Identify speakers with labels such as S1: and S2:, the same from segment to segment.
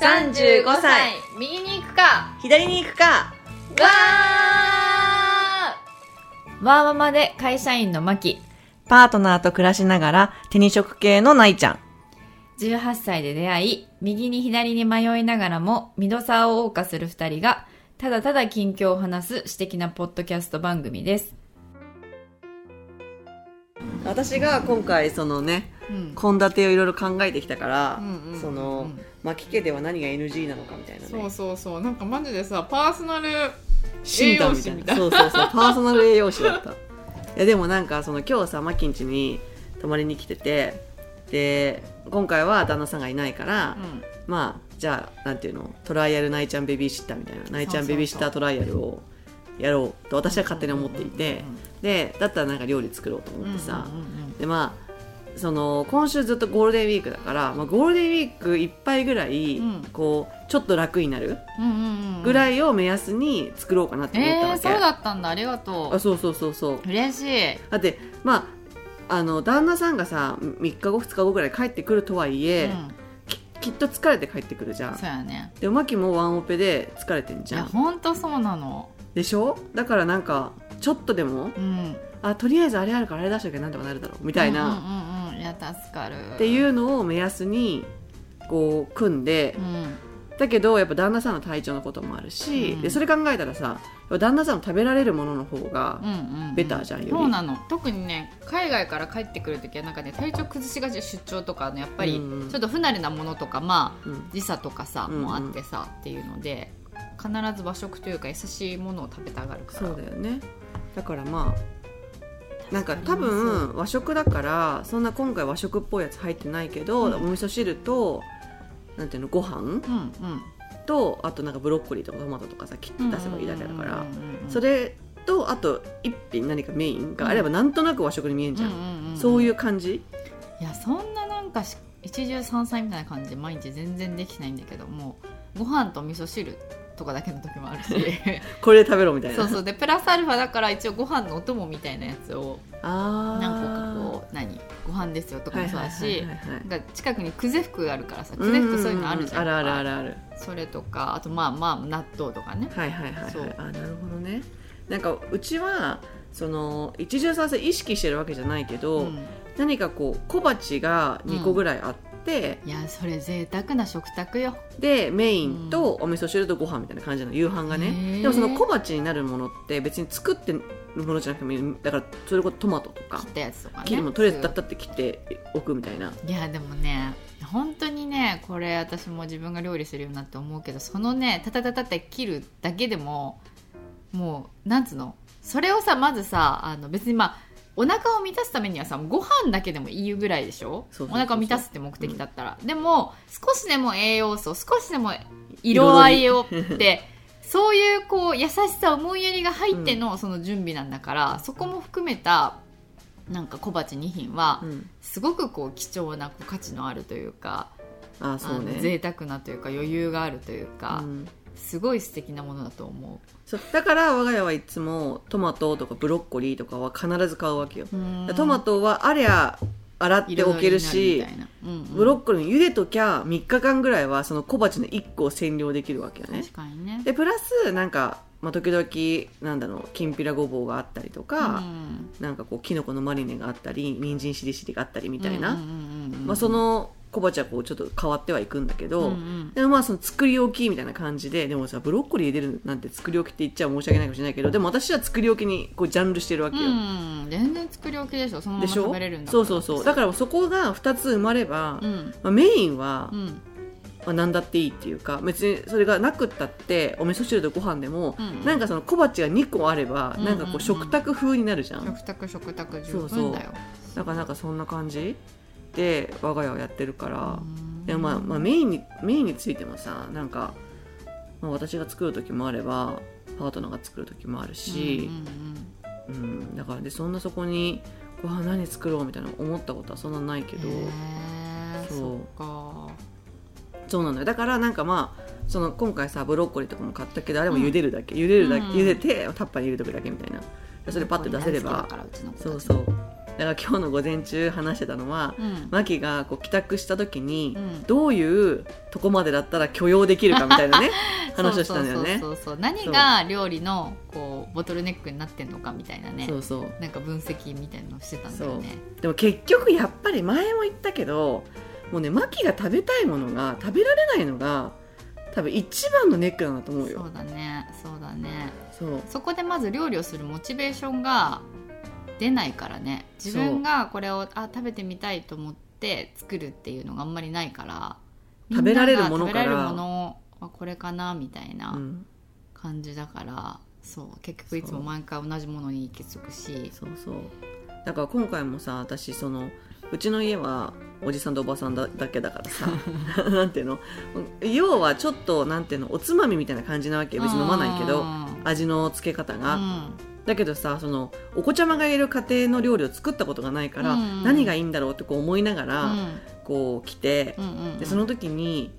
S1: 35歳
S2: 右に行くか
S1: 左に行くか
S2: わ
S3: わーままで会社員のマキ。
S1: パートナーと暮らしながら手に職系のないちゃん
S3: 18歳で出会い、右に左に迷いながらも、ミドサーを謳歌する二人が、ただただ近況を話す私的なポッドキャスト番組です。
S1: 私が今回そのね
S2: ーうん
S1: 献立をいろいろ考えてきたから、
S2: うんうんうん
S1: その巻き家では何が NG なのかみたいなね
S2: そうそうそうなんかマジでさパーソナル
S1: 診断みたいなそうそうそうパーソナル栄養士だったいやでもなんかその今日さマッキンチに泊まりに来ててで今回は旦那さんがいないから、
S2: うん
S1: まあじゃあなんていうのトライアルナイちゃんベビーシッターみたいなナイちゃんベビーシッタートライアルをやろうと私は勝手に思っていてでだったらなんか料理作ろうと
S2: うんうんうん
S1: 思ってさ、
S2: うんうんうん
S1: でまあその今週ずっとゴールデンウィークだから、まあ、ゴールデンウィークいっぱいぐらい、
S2: うん
S1: こうちょっと楽になる
S2: うんうんうん
S1: ぐらいを目安に作ろうかなって思った
S2: え
S1: わ
S2: ー、
S1: け、
S2: そうだったんだありがと
S1: あそうそうそうそう
S2: う嬉しい
S1: だってまああの旦那さんがさ3日後2日後ぐらい帰ってくるとはいえ、
S2: うん、
S1: ききっと疲れて帰ってくるじゃん
S2: そうやね
S1: でマキもワンオペで疲れてん
S2: い
S1: じゃ
S2: や
S1: ん
S2: ほんとそうなの
S1: でしょだからなんかちょっとでも
S2: うん
S1: あとりあえずあれあるからあれ出しとけなんとかなるだろうみたいな、っ
S2: うんうんうんうんいや助かる
S1: ていううのを目安にこう組んで、
S2: ん
S1: だけどやっぱ旦那さんの体調のこともあるし、
S2: うん
S1: でそれ考えたらさ旦那さんの食べられるものの方が
S2: うんうんうん
S1: ベターじゃんより
S2: そうなの特にね海外から帰ってくる時はなんかね体調崩しがち出張とかねやっぱり
S1: うん
S2: ちょっと不慣れなものとかまあ
S1: うん
S2: 時差とかさ、
S1: うんうん
S2: もうあってさっていうので必ず和食というか優しいものを食べたがるから
S1: そうだよねだからまあなんか多
S2: そう
S1: 分和食だからそんな今回和食っぽいやつ入ってないけど、
S2: うん
S1: お味噌汁となんていうのご飯
S2: うんうん
S1: とあとなんかブロッコリーとかトマトとかさ切って出せばいいだけだから、
S2: うんうんうんうん
S1: それとあと一品何かメインがあればなんとなく和食に見えんじゃん、
S2: うんうんうんうん
S1: そういう感じ
S2: いやそんななんかし一汁三菜みたいな感じで毎日全然できてないんだけどもうご飯と味噌汁とかだけの時もあ るし
S1: これで食べろみたいな
S2: そうそうでプラスアルファだから一応ご飯のお供みたいなやつを
S1: あ
S2: 何個かこう何ご飯ですよと
S1: う
S2: かもそうだし
S1: い
S2: なんか近くにクゼ服があるからさクゼ服そういうのあるじゃ
S1: う
S2: ん
S1: ううあるあ
S2: る
S1: るあるある
S2: それとかあとまあまあ納豆とかね
S1: はいはいはい、
S2: そ
S1: は
S2: う
S1: い、あなるほどねなんかうちはその一汁三菜意識してるわけじゃないけど、
S2: うん
S1: 何かこう小鉢が2個ぐらいあって、
S2: いやそれ贅沢な食卓よ
S1: でメインとお味噌汁とご飯みたいな感じなの夕飯が
S2: へ
S1: ね
S2: ー
S1: でもその小鉢になるものって別に作ってるものじゃなくてもいいだからそれこそトマトとか
S2: 切ったやつとかね
S1: 切るものとりあえずだったって切っておくみたいない
S2: やでもね本当にねこれ私も自分が料理するようになって思うけどそのねタタタタって切るだけでももうなんつうのそれをさまずさあの別にまあお腹を満たすためにはさご飯だけでもいいぐらいでし
S1: そ
S2: ょ
S1: うそうそう
S2: お
S1: そう
S2: 腹を満たすって目的だったら、でも少しでも栄養素少しでも色合いをってそういうこう優しさ思いやりが入ってのその準備なんだから、そこも含めたなんか小鉢2品は、
S1: うん
S2: すごくこう貴重なこう価値のあるというか
S1: あーそう
S2: あの
S1: ね
S2: 贅沢なというか余裕があるというか、
S1: うん
S2: すごい素敵なものだと思
S1: そうだから我が家はいつもトマトとかブロッコリーとかは必ず買うわけよ
S2: ううん
S1: トマトはありゃ洗っておけるし
S2: 彩りになるみたいなうんうん
S1: ブロッコリー茹でときゃ3日間ぐらいはその小鉢の1個を占領できるわけよね
S2: 確かにね
S1: でプラスなんか、まあ、時々なんだろうきんぴらごぼうがあったりと
S2: う
S1: か、
S2: ん
S1: なんかこうきのこのマリネがあったり人参しりしりがあったりみたいな、
S2: うんうんうんうん
S1: まあ、その小鉢はこうちょっと変わってはいくんだけ
S2: うん
S1: ど、
S2: うん
S1: でもまあその作り置きみたいな感じででもさブロッコリー茹でるなんて作り置きって言っちゃ申し訳ないかもしれないけどでも私は作り置きにこうジャンルしてるわけよ、
S2: うん全然作り置きでしょそのま
S1: で
S2: ま
S1: しょ
S2: 食べれるんだ
S1: そうそうそうだ
S2: か
S1: からそこが2つ埋まれば、
S2: らうん
S1: まあ、メインは、
S2: うん
S1: まあ、何だっていいっていうか別にそれがなくったってお味噌汁とご飯でも、
S2: うん
S1: なんかその小鉢が2個あれば、
S2: うん
S1: なんかこう食卓風になるじゃん、
S2: 食卓食卓十
S1: そうそう
S2: 分だよ
S1: だからなんかそんな感じで我が家はやってるから
S2: う、ん
S1: でもまあ、まあ、メインにメインについてもさなんか、まあ、私が作る時もあればパートナーが作る時もあるし
S2: う、んうんうん
S1: うんだからでそんなそこにご飯何作ろうみたいな思ったことはそんなないけど。
S2: へー
S1: そう
S2: そっか
S1: そうなのよだからなんかまあその今回さブロッコリーとかも買ったけどあれも
S2: うん
S1: 茹でるだけ、茹でるだけ
S2: うん
S1: 茹でてタッパーに入れとくだけみたいなそれパッて出せれ
S2: 大好
S1: ば
S2: きだからうちの子たち
S1: そうそうだから今日の午前中話してたのは、
S2: うん
S1: マキがこう帰宅した時に、
S2: うん
S1: どういうとこまでだったら許容できるかみたいな ね話をしたんだよね
S2: そうそうそうそう何が料理のこうボトルネックになってんのかみたいなね
S1: そうそう
S2: なんか分析みたいなのしてたんだよね
S1: でも結局やっぱり前も言ったけどもうねマキが食べたいものが食べられないのが多分一番のネックなんだと思う
S2: そ
S1: よ
S2: うだねそうだね
S1: そう
S2: そこでまず料理をするモチベーションが出ないからね自分がこれをあ食べてみたいと思って作るっていうのがあんまりないから
S1: 食べられるもの
S2: みんなが
S1: から
S2: 食べられるものはこれかなみたいうなん感じだから、そう結局いつも毎回同じものに行き着くし
S1: そうそうだから今回もさ私そのうちの家はおじさんとおばさんだだけだからさ なんていうの要はちょっとなんていうのおつまみみたいな感じなわけよ別に飲まないけ
S2: う
S1: ど
S2: ん
S1: 味の付け方が、
S2: うん
S1: だけどさそのお子ちゃまがいる家庭の料理を作ったことがないから、
S2: うん
S1: 何がいいんだろうってこう思いながら、
S2: うん
S1: こう来て
S2: う、んうんうん
S1: でその時に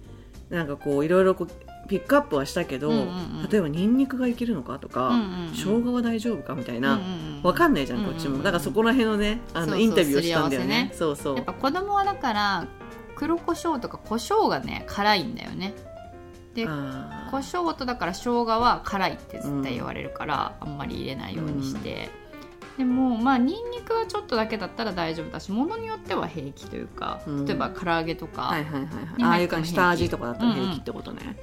S1: なんかこういろいろこうピックアップはしたけど、
S2: うんうんうん
S1: 例えばニンニクがいけるのかとか、
S2: うんうんうん
S1: 生姜は大丈夫かみたいな、
S2: うんうんうん
S1: わかんないじゃんこっちも、
S2: うんうんうん
S1: だからそこら辺のねあ
S2: そう
S1: の
S2: そう
S1: インタビューをしたんだよねそうそう
S2: やっぱ子供はだから黒胡椒とか胡椒がね辛いんだよねで
S1: あ
S2: 胡
S1: ー
S2: 椒とだから生姜は辛いって絶対言われるから、あんまり入れないようにして、でもまあニンニクはちょっとだけだったら大丈夫だしものによっては平気というか、
S1: うん
S2: 例えば唐揚げとか、
S1: はいはいはいはい
S2: に入っても
S1: ああいう感じ下味とかだったら
S2: うん
S1: 平
S2: うん
S1: 気ってことね、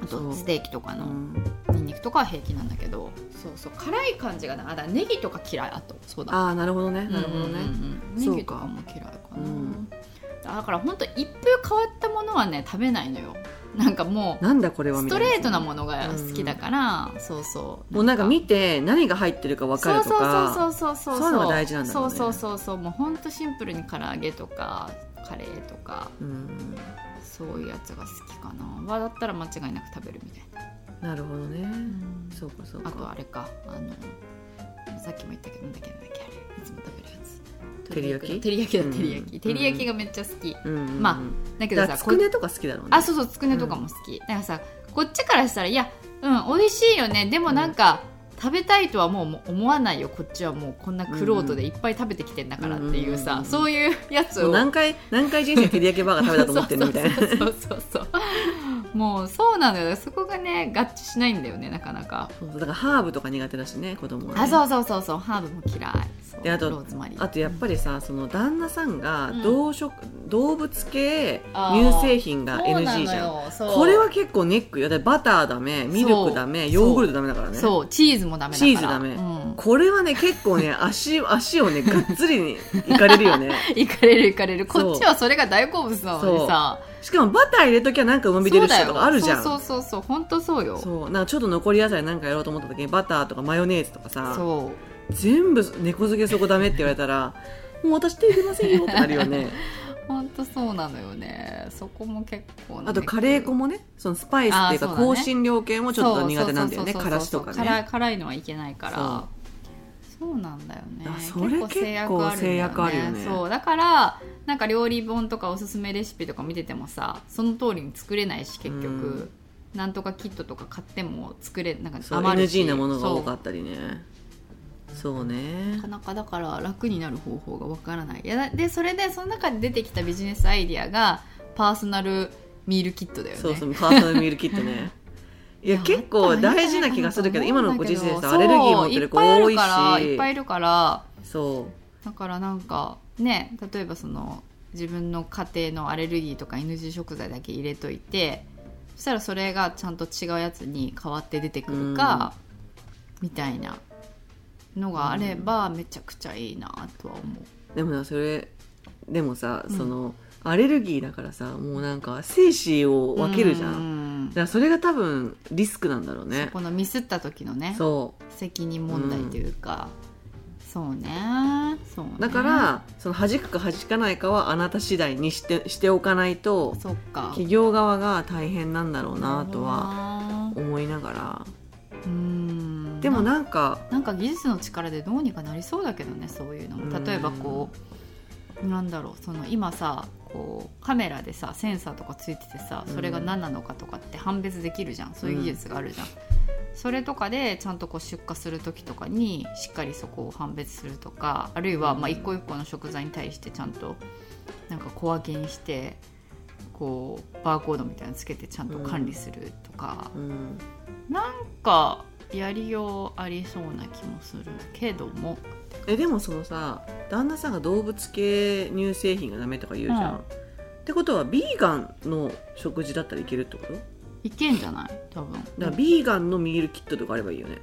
S2: あ
S1: そ
S2: と
S1: う
S2: ステーキとか
S1: う
S2: の
S1: ん
S2: ニンニクとかは平気なんだけど、そうそう辛い感じがなあだからネギとか嫌いあとそうだ
S1: ああなるほどねなるほどね、
S2: うんうんうん
S1: そうか
S2: ネギとかも嫌いかな、
S1: うん
S2: だから本当一風変わったものはね食べないのよなんかもう
S1: なんだこれは
S2: ス
S1: み
S2: ト
S1: たいな
S2: レートなものが好きだから、そうそう
S1: もうなんか見て何が入ってるか分かるとか
S2: そうそうそうそうそう
S1: そういうのが大事なんだろうね
S2: そうそうそうそうもうほんとシンプルに唐揚げとかカレーとか
S1: うん
S2: そういうやつが好きかなはだったら間違いなく食べるみたいな、
S1: なるほどね、そうかそうか
S2: あとあれかあのさっきも言ったけどなんだっけなんだっけあれいつも食べるやつ
S1: 照り焼き
S2: 照り焼きだ照り焼
S1: うん
S2: き照り焼きがめっちゃ好き、
S1: うんうんうん
S2: まだけど
S1: だか
S2: さ
S1: らつくねとか好きだろうね
S2: あそうそうつくねとかも好き、だからさこっちからしたらいやうん美味しいよねでもなんか、食べたいとはもう思わないよこっちはもうこんな苦労とでいっぱい食べてきてんだからっていうさ、
S1: うん
S2: そういうやつ
S1: も
S2: を
S1: う何回何回人生照り焼きバーガー食べたと思ってんのみたいな
S2: そうそうそうそうもうそうなのよそこがね合致しないんだよねなかなか
S1: そうだからハーブとか苦手だしね子供はね
S2: あそうそうそうそうハーブも嫌いそう
S1: であと
S2: ローズマリー
S1: あとやっぱりさその旦那さんが
S2: うん
S1: 動植、動物系
S2: あー
S1: 乳製品が NG じゃん
S2: ん
S1: これは結構ネックよだってバターダメミルクダメ
S2: そう
S1: ヨーグルトダメだからね
S2: そうチーズもダメだから
S1: チーズダメ
S2: うん
S1: これはね結構ね足足をねがっつりにいかれるよね
S2: 行かれる行かれる
S1: そう
S2: こっちはそれが大好物なのにさ
S1: しかもバター入れときはなんかうまみ出る人とかあるじゃん
S2: そうだよそうそうそうそう本当そうよそう
S1: そうなんかちょっと残り野菜なんかやろうと思った時にバターとかマヨネーズとかさ
S2: そ
S1: 全部猫漬けそこダメって言われたらもう私手入れませんよってなるよ ね
S2: う本当そうなのよねそこも結構
S1: あとカレー粉
S2: も
S1: もねそのスパイスっていうか
S2: あーそうだね
S1: 香辛料系もちょっと苦手なんだよねからしとか
S2: 辛い
S1: ね
S2: 辛いのはいけないからそうなんだよね
S1: あそれ結構制約あるよね
S2: そうだからなんか料理本とかおすすめレシピとか見ててもさその通りに作れないし結
S1: う
S2: 局、
S1: ん
S2: なんとかキットとか買っても作れなんか
S1: そう
S2: 余るし
S1: NG なものが多
S2: そう
S1: かったりねそうね
S2: なかなかだから楽になる方法がわからないいやだでそれでその中で出てきたビジネスアイディアがパーソナルミールキットだよね
S1: そうそうパーソナルミールキットねいや結構大事な気がするけど今のご時世
S2: そう
S1: さアレルギー持ってる子多い
S2: っぱあるからいっぱい
S1: し
S2: いるから
S1: そ
S2: だからなんかね例えばその自分の家庭のアレルギーとか NG 食材だけ入れといてそしたらそれがちゃんと違うやつに変わって出てくるか、みたいなのがあればめちゃくちゃいいなとは思う。
S1: うでもなそれでもさ、
S2: うん
S1: そのアレルギーだからさもうなんか生死を分けるじゃん、
S2: う
S1: だからそれが多分リスクなんだろうね
S2: このミスった時のね
S1: そう
S2: 責任問題というか、そうねそうね
S1: だから、その弾くか弾かないかはあなた次第にしてしておかないと
S2: そっか
S1: 企業側が大変なんだろうなとは
S2: は
S1: 思いなが
S2: うん
S1: らでもなんか
S2: なんか技術の力でどうにかなりそうだけどねそういうの
S1: う
S2: も
S1: ん
S2: 例えばこう、なんだろうその今さこうカメラでさセンサーとかついててさそれが
S1: うん
S2: 何なのかとかって判別できるじゃんそういう技術があるじゃん、それとかでちゃんとこう出荷する時とかにしっかりそこを判別するとかあるいはまあ一個一個の食材に対してちゃんとなんか小分けにしてこうバーコードみたいなのつけてちゃんと管理するとか、
S1: うん
S2: なんかやりようありそうな気もするけども
S1: えでもそのさ旦那さんが動物系乳製品がダメとか言うじゃん、
S2: うん
S1: ってことはビーガンの食事だったらいけるってことだか
S2: いけんじゃない多分
S1: らビーガンのミールキットとかあればいいよね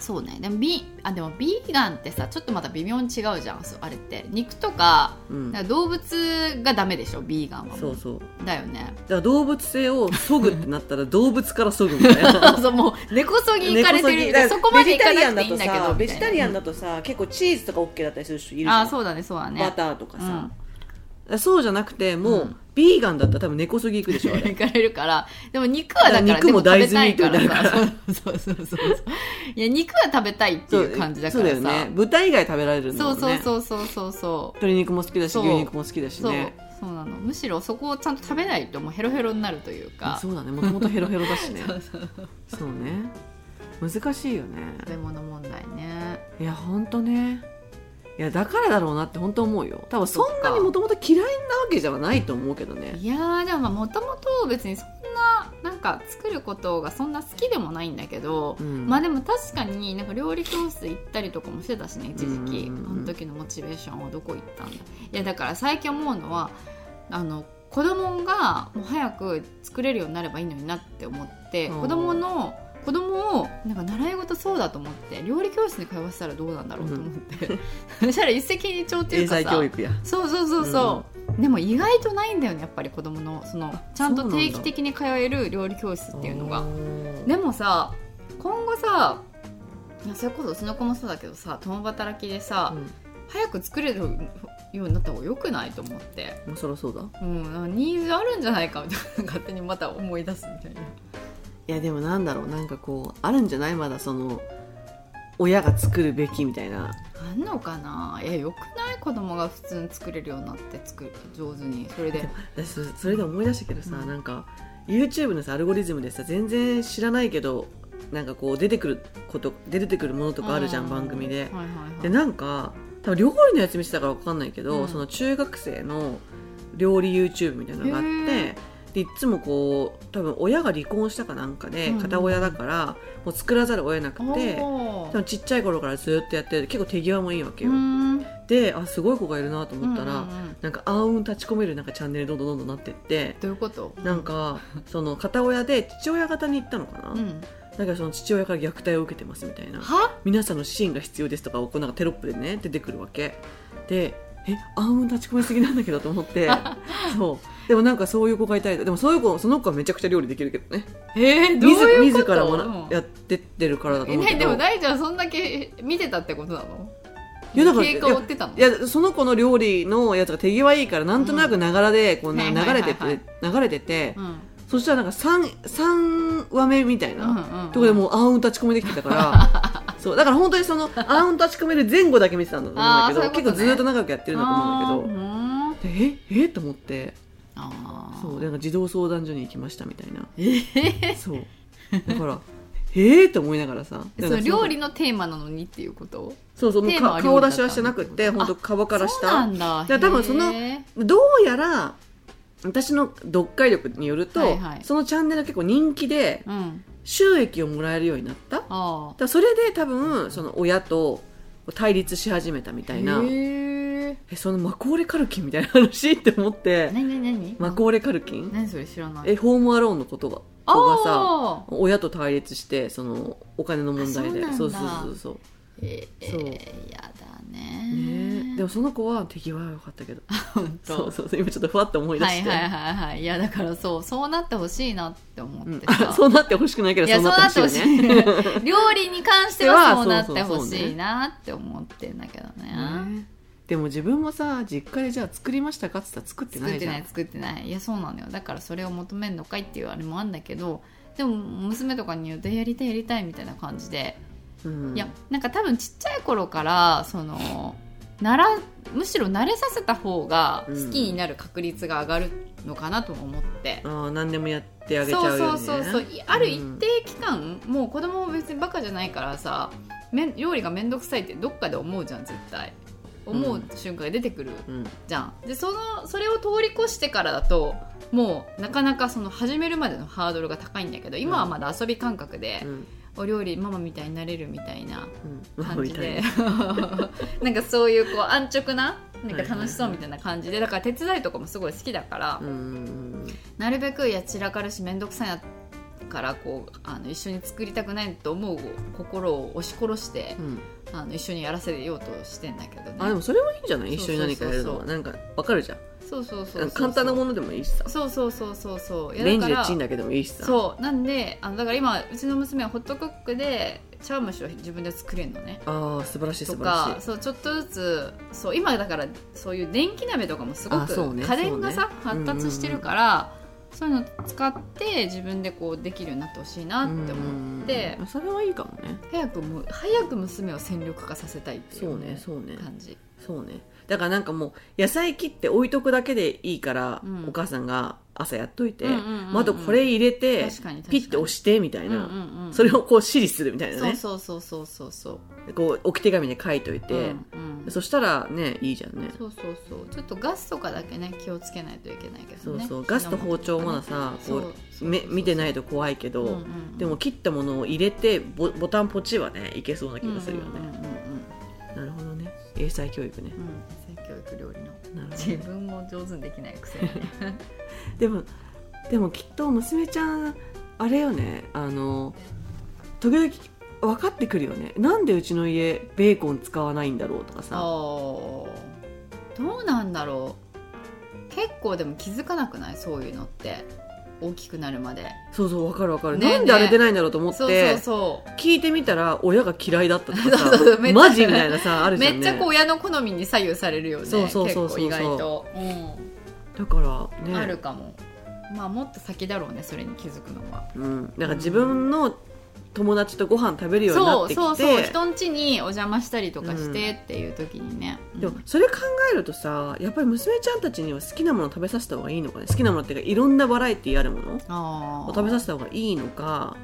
S2: そうねでもビあでもビーガンってさちょっとまた微妙に違うじゃんそうあれって肉とか
S1: うん
S2: なんか動物がダメでしょビーガンは
S1: そうそうだ
S2: だよね
S1: から動物性をそぐってなったら動物からそぐみたいな
S2: そうもう根こそぎ行かれて
S1: 根
S2: る
S1: こぎ
S2: そこまで行かなくていいんだけど
S1: ベジタリアン
S2: だ
S1: だとさベジタリアンだとさ結構チーズとか OK だったりする人いるじゃ
S2: あ
S1: ん
S2: そうだねそうだね
S1: バターとかさ、
S2: う
S1: そうじゃなくてもう、
S2: うん
S1: ビーガンだったら多分根こそぎいくでしょあ
S2: ん、
S1: れ
S2: 行かれるからでも 肉はだから
S1: 肉も大豆ミート
S2: で
S1: に
S2: も
S1: な
S2: 食
S1: る
S2: べ
S1: か
S2: た
S1: ら
S2: いからさそうそうそうそういや肉は食べたいっていう感じだからさ
S1: そうだよね豚以外食べられるんだ
S2: そ
S1: もん
S2: う
S1: ね
S2: そうそうそうそうそう
S1: 鶏肉も好きだし
S2: そう
S1: 牛肉も好きだし
S2: そう
S1: ね
S2: そうなのむしろそこをちゃんと食べないともうヘロヘロになるというか
S1: そうだねもともとヘロヘロだしね
S2: そうそう
S1: そうね難しいよね
S2: 食べ物問題ね
S1: いやほんとねいやだからだろうなって本当思うよ多分そんなに
S2: そっか
S1: もともと嫌いなわけじゃないと思うけどね
S2: いやーでももともと別にそんななんか作ることがそんな好きでもないんだけど、
S1: うん
S2: まあでも確かになんか料理教室行ったりとかもしてたしね一時期、
S1: うんうんうん
S2: あの時のモチベーションはどこ行ったんだいやだから最近思うのはあの子供がもう早く作れるようになればいいのになって思って
S1: うん
S2: 子供の子供をなんか習い事そうだと思って料理教室に通わせたらどうなんだろうと思って、そしたら一石二鳥ってい
S1: 英
S2: うかさ
S1: 才教育や
S2: そうそうそうそう、でも意外とないんだよねやっぱり子供のそのちゃんと定期的に通える料理教室っていうのが
S1: おー
S2: でもさ今後さいやそれこそうちの子もそうだけどさ共働きでさ、
S1: うん
S2: 早く作れるようになった方がよくないと思って、
S1: もうそりゃそうだ
S2: うん、なんかニーズあるんじゃないかみたいな勝手にまた思い出すみたいない
S1: やでもなんだろうなんかこうあるんじゃないまだその親が作るべきみたいな
S2: あんのかないやよくない子供が普通に作れるようになって作る上手にそれで
S1: 私そそれで思い出したけどさ、
S2: うん
S1: なんか YouTube のさアルゴリズムでさ全然知らないけどなんかこう出てくること出てくるものとかあるじゃん、番組で、
S2: はいはいはい
S1: でなんか多分料理のやつ見てたから分かんないけど、
S2: うん
S1: その中学生の料理 YouTube みたいなのがあっ
S2: へ
S1: てでいっつもこう多分親が離婚したかなんかで、
S2: うんうん
S1: 片親だからもう作らざるを得なくて
S2: おー
S1: 多分ちっちゃい頃からずっとやってる結構手際もいいわけよ、
S2: うーん
S1: であすごい子がいるなと思ったら、
S2: うんうんうん
S1: なんか暗雲立ち込めるなんかチャンネルどんどんどんどんなってって
S2: どういうこと
S1: なん かその片親で父親方に行ったのかな、
S2: うん、
S1: だからその父親から虐待を受けてますみたいな
S2: は
S1: 皆さんの支援が必要ですとかをこうなんかテロップでね出てくるわけでえ暗雲立ち込めすぎなんだけどと思って そうでもなんかそういう子がいたりでもそういう子その子はめちゃくちゃ料理できるけどね
S2: えー、どういうこと
S1: 自らもな
S2: うん
S1: やってってるからだと
S2: え
S1: 思うけ
S2: ね、
S1: ど
S2: でも大ちゃんそんだけ見てたってことなの
S1: いやだから
S2: 経過を追ってたの
S1: いやその子の料理のやつが手際いいからなんとなくながらでこうな
S2: はいはい
S1: 流
S2: は
S1: れ
S2: いはい
S1: てて流れてて
S2: うん、うん
S1: そしたらなんか 3, 三話目みたいな、
S2: うんうん、
S1: とこでもう暗雲立ち込みできてたから そうだから本当にその暗雲立ち込める前後だけ見てたんだと思うんだけど
S2: あーそういうことね
S1: 結構ずっと長くやってるんだと思うんだ
S2: あーうん
S1: けどでええと思って
S2: あー
S1: そうなんか児童相談所に行きましたみたいな
S2: えー
S1: そうだからええと思いながらさ
S2: え
S1: だ
S2: そ
S1: か
S2: の
S1: ら
S2: 料理のテーマなのにっていうこと
S1: そうそうもう
S2: テーマ
S1: か
S2: は
S1: 顔
S2: 料理だ
S1: 出し
S2: った
S1: はしてなくって本当顔から
S2: そ
S1: し
S2: うな
S1: た
S2: んだ
S1: だから多分その
S2: へー
S1: どうやら私の読解力によると、
S2: はいはい
S1: そのチャンネルが結構人気で
S2: うん
S1: 収益をもらえるようになっただか
S2: あ
S1: らそれで多分その親と対立し始めたみ
S2: あ
S1: たいな
S2: へえ
S1: えそのマコーレ・カルキンみたいな話って思って
S2: 何何何
S1: マコーレ・カルキン
S2: 何それ知らない
S1: えホームアローンのことが
S2: あ
S1: 子がさ
S2: あ
S1: 親と対立してそのお金の問題で
S2: あ
S1: そ
S2: そうう
S1: そ
S2: な
S1: うんそ
S2: だ
S1: うそう
S2: えー、
S1: そう
S2: やだね
S1: ねえでもその子は手際は良かったけど
S2: 本当
S1: そうそうそう今ちょっとふわっと思い出
S2: は
S1: し
S2: い
S1: て、
S2: はいはいはいいやだからそうそうなってほしいなって
S1: う
S2: 思っ
S1: ん
S2: てさ、
S1: あ そうなってほしくないけど
S2: いや
S1: そうなってほしいね
S2: そうな ってほしい料理に関してはそうなってほ
S1: そうそうそう
S2: し
S1: ね
S2: いなって思ってんだけどね
S1: ね でも自分もさ実家でじゃあ作りましたかって言ったら作ってな
S2: 作っ
S1: い
S2: て
S1: じゃん
S2: ない作ってないいやそうなのよだからそれを求めるのかいっていうあれもあるんだけどでも娘とかに言うとやりたいやりたいみたいな感じで、
S1: うん
S2: いやなんか多分ちっちゃい頃からそのならむしろ慣れさせた方が好きになる確率が上がるのかなとも思って、
S1: あー何でもやってあげちゃうよね
S2: そうそうそうそういある一定期間、もう子供も別にバカじゃないからさめん料理が面倒くさいってどっかで思うじゃん絶対思う瞬間が出てくる
S1: うん
S2: じゃん、でそのそれを通り越してからだともうなかなかその始めるまでのハードルが高いんだけど今はまだ遊び感覚で
S1: う、ん
S2: お料理ママみたいになれるみたいな
S1: うん
S2: 感じ
S1: みたい
S2: で
S1: な
S2: なんかそういうこう安直ななん
S1: は
S2: か
S1: いはい
S2: 楽しそうみたいな感じでだから手伝いとかもすごい好きだから、
S1: うんうん
S2: なるべくいや散らかるし面倒くさいなからこうあの一緒に作りたくないと思う心を押し殺して
S1: う、んうん
S2: あの一緒にやらせようとしてんだけどね
S1: あでもそれはいいんじゃない
S2: そう
S1: 一
S2: そ
S1: 緒
S2: う
S1: に
S2: そう
S1: 何か
S2: そう
S1: やるのはなんかわかるじゃん
S2: そうそうそう
S1: なんか簡単なも
S2: の
S1: のでもいいしさ
S2: そうそうそうそうそういや
S1: レン
S2: だ
S1: ジで
S2: から
S1: チンだけでもいいしさ
S2: そうなんであのだから今うちの娘はホットクックで茶碗蒸しを自分で作れるのね
S1: ああ素晴らしい素晴
S2: と
S1: ら
S2: か
S1: しい
S2: そうちょっとずつそう今だからそういう電気鍋とかもすご
S1: あそう
S2: く、
S1: ね
S2: 家電がさ、
S1: そうね
S2: 発達してるから、そういうの使って自分でこうできるようになってほしいなって思って、
S1: うんそれはいいかもね
S2: 早くもう早く娘を戦力化させたいってい,、
S1: そううねそうね
S2: 感じ
S1: そうねだからなんかもう野菜切って置いとくだけでいいから、
S2: うん
S1: お母さんが朝やっといて、
S2: うんうんうんうん
S1: まあ、あとこれ入れて
S2: 確かに確か
S1: ピ
S2: に
S1: ッて押してみたいな、
S2: うんうんうん
S1: それをこう指示するみたいな
S2: そう
S1: ね
S2: そうそうそうそうそう
S1: こう置き手紙に書いといて、
S2: うんうん
S1: そしたらねいいじゃんね
S2: そうそうそうちょっとガスとかだけね気をつけないといけないけ
S1: そ
S2: ど
S1: う
S2: ね
S1: そうガスと包丁もなさこうめ見てない
S2: と
S1: と怖いけど、
S2: うんうんうん
S1: でも切ったものを入れてボボタンポチはねいけそうな気がするよね、
S2: うんうんうんうん
S1: なるほどね英才教育ね
S2: うん、性教育料理
S1: な
S2: の
S1: るほど
S2: 自
S1: ね
S2: 分も上手にできないくせに
S1: でもでもきっと娘ちゃんあれよねあの時々分かってくるよねなんでうちの家ベーコン使わないんだろうとかさ
S2: どうなんだろう結構でも気づかなくないそういうのって大きくなるまで
S1: そうそう分かる分かる、
S2: ねえ
S1: なんであれ出ないんだろうと思って
S2: そうそうそ
S1: 聞いてみたら親が嫌いだったとか
S2: そうそう
S1: さ
S2: めっちゃ
S1: マジみたいなさあ
S2: う、
S1: るじゃん
S2: め
S1: ね
S2: っちゃこう親の好みに左右されるよね
S1: そうそうそうそうそう
S2: 結構意外と、
S1: だから
S2: うん
S1: ね
S2: あるかもまあもっと先だろうねそれに気づくのは
S1: うん、なんか自分の友達とご飯食べるようにな
S2: そ
S1: っ
S2: う
S1: てきて
S2: そうそう人ん家にお邪魔したりとかしてっていう時にね、
S1: でもそれ考えるとさやっぱり娘ちゃんたちには好きなものを食べさせた方がいいのかね好きなものっていうかいろんなバラエティーあるもの
S2: あ
S1: を
S2: あ
S1: 食べさせた方がいいのか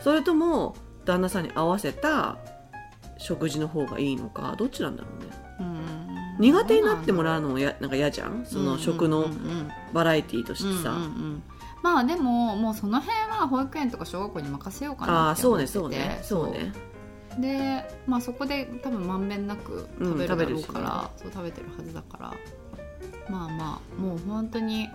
S1: それとも旦那さんに合わせた食事の方がいいのかどっちなんだろうね
S2: うん
S1: 苦手になってもらうのもやなんか嫌じゃんその食
S2: うん
S1: の
S2: うんうんうん
S1: バラエティーとしてさ、
S2: うんうんうんまあでももうその辺は保育園とか小学校に任せようか
S1: あ
S2: な
S1: あ
S2: って
S1: そ
S2: 思
S1: う
S2: っ
S1: ね
S2: てて
S1: そうねそうね
S2: そうで、まあ、そこで多分まんべんなく食べるだろうから、そう食べてるはずだからまあまあもう本当に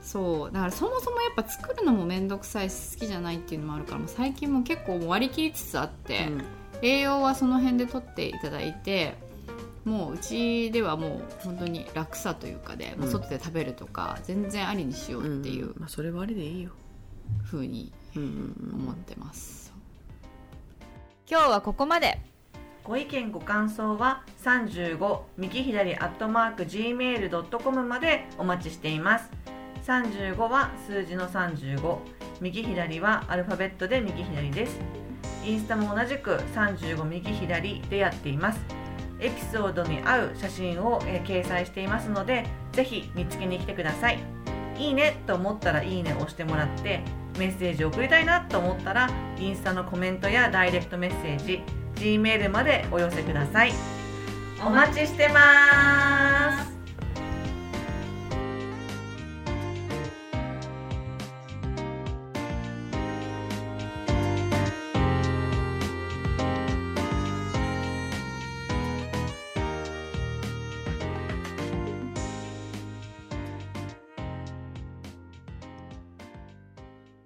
S2: そうだからそもそもやっぱ作るのも面倒くさいし好きじゃないっていうのもあるからもう最近も結構もう割り切りつつあって、
S1: うん
S2: 栄養はその辺で取っていただいてもううちではもう本当に楽さというかで、もう外で食べるとか全然ありにしようっていうん
S1: まあ、それはあれでいいよ、
S2: ふうに
S1: うんうんう
S2: 思っ
S1: ん、
S2: てます、
S3: 今日はここまで
S1: ご意見ご感想は35右左アットマーク gmail.com までお待ちしています35は数字の35右左はアルファベットで右左ですインスタも同じく35右左でやっていますエピソードに合う写真を、えー掲載していますのでぜひ見つけに来てくださいいいねと思ったらいいねを押してもらってメッセージを送りたいなと思ったらインスタのコメントやダイレクトメッセージ G メールまでお寄せくださいお待ちしてます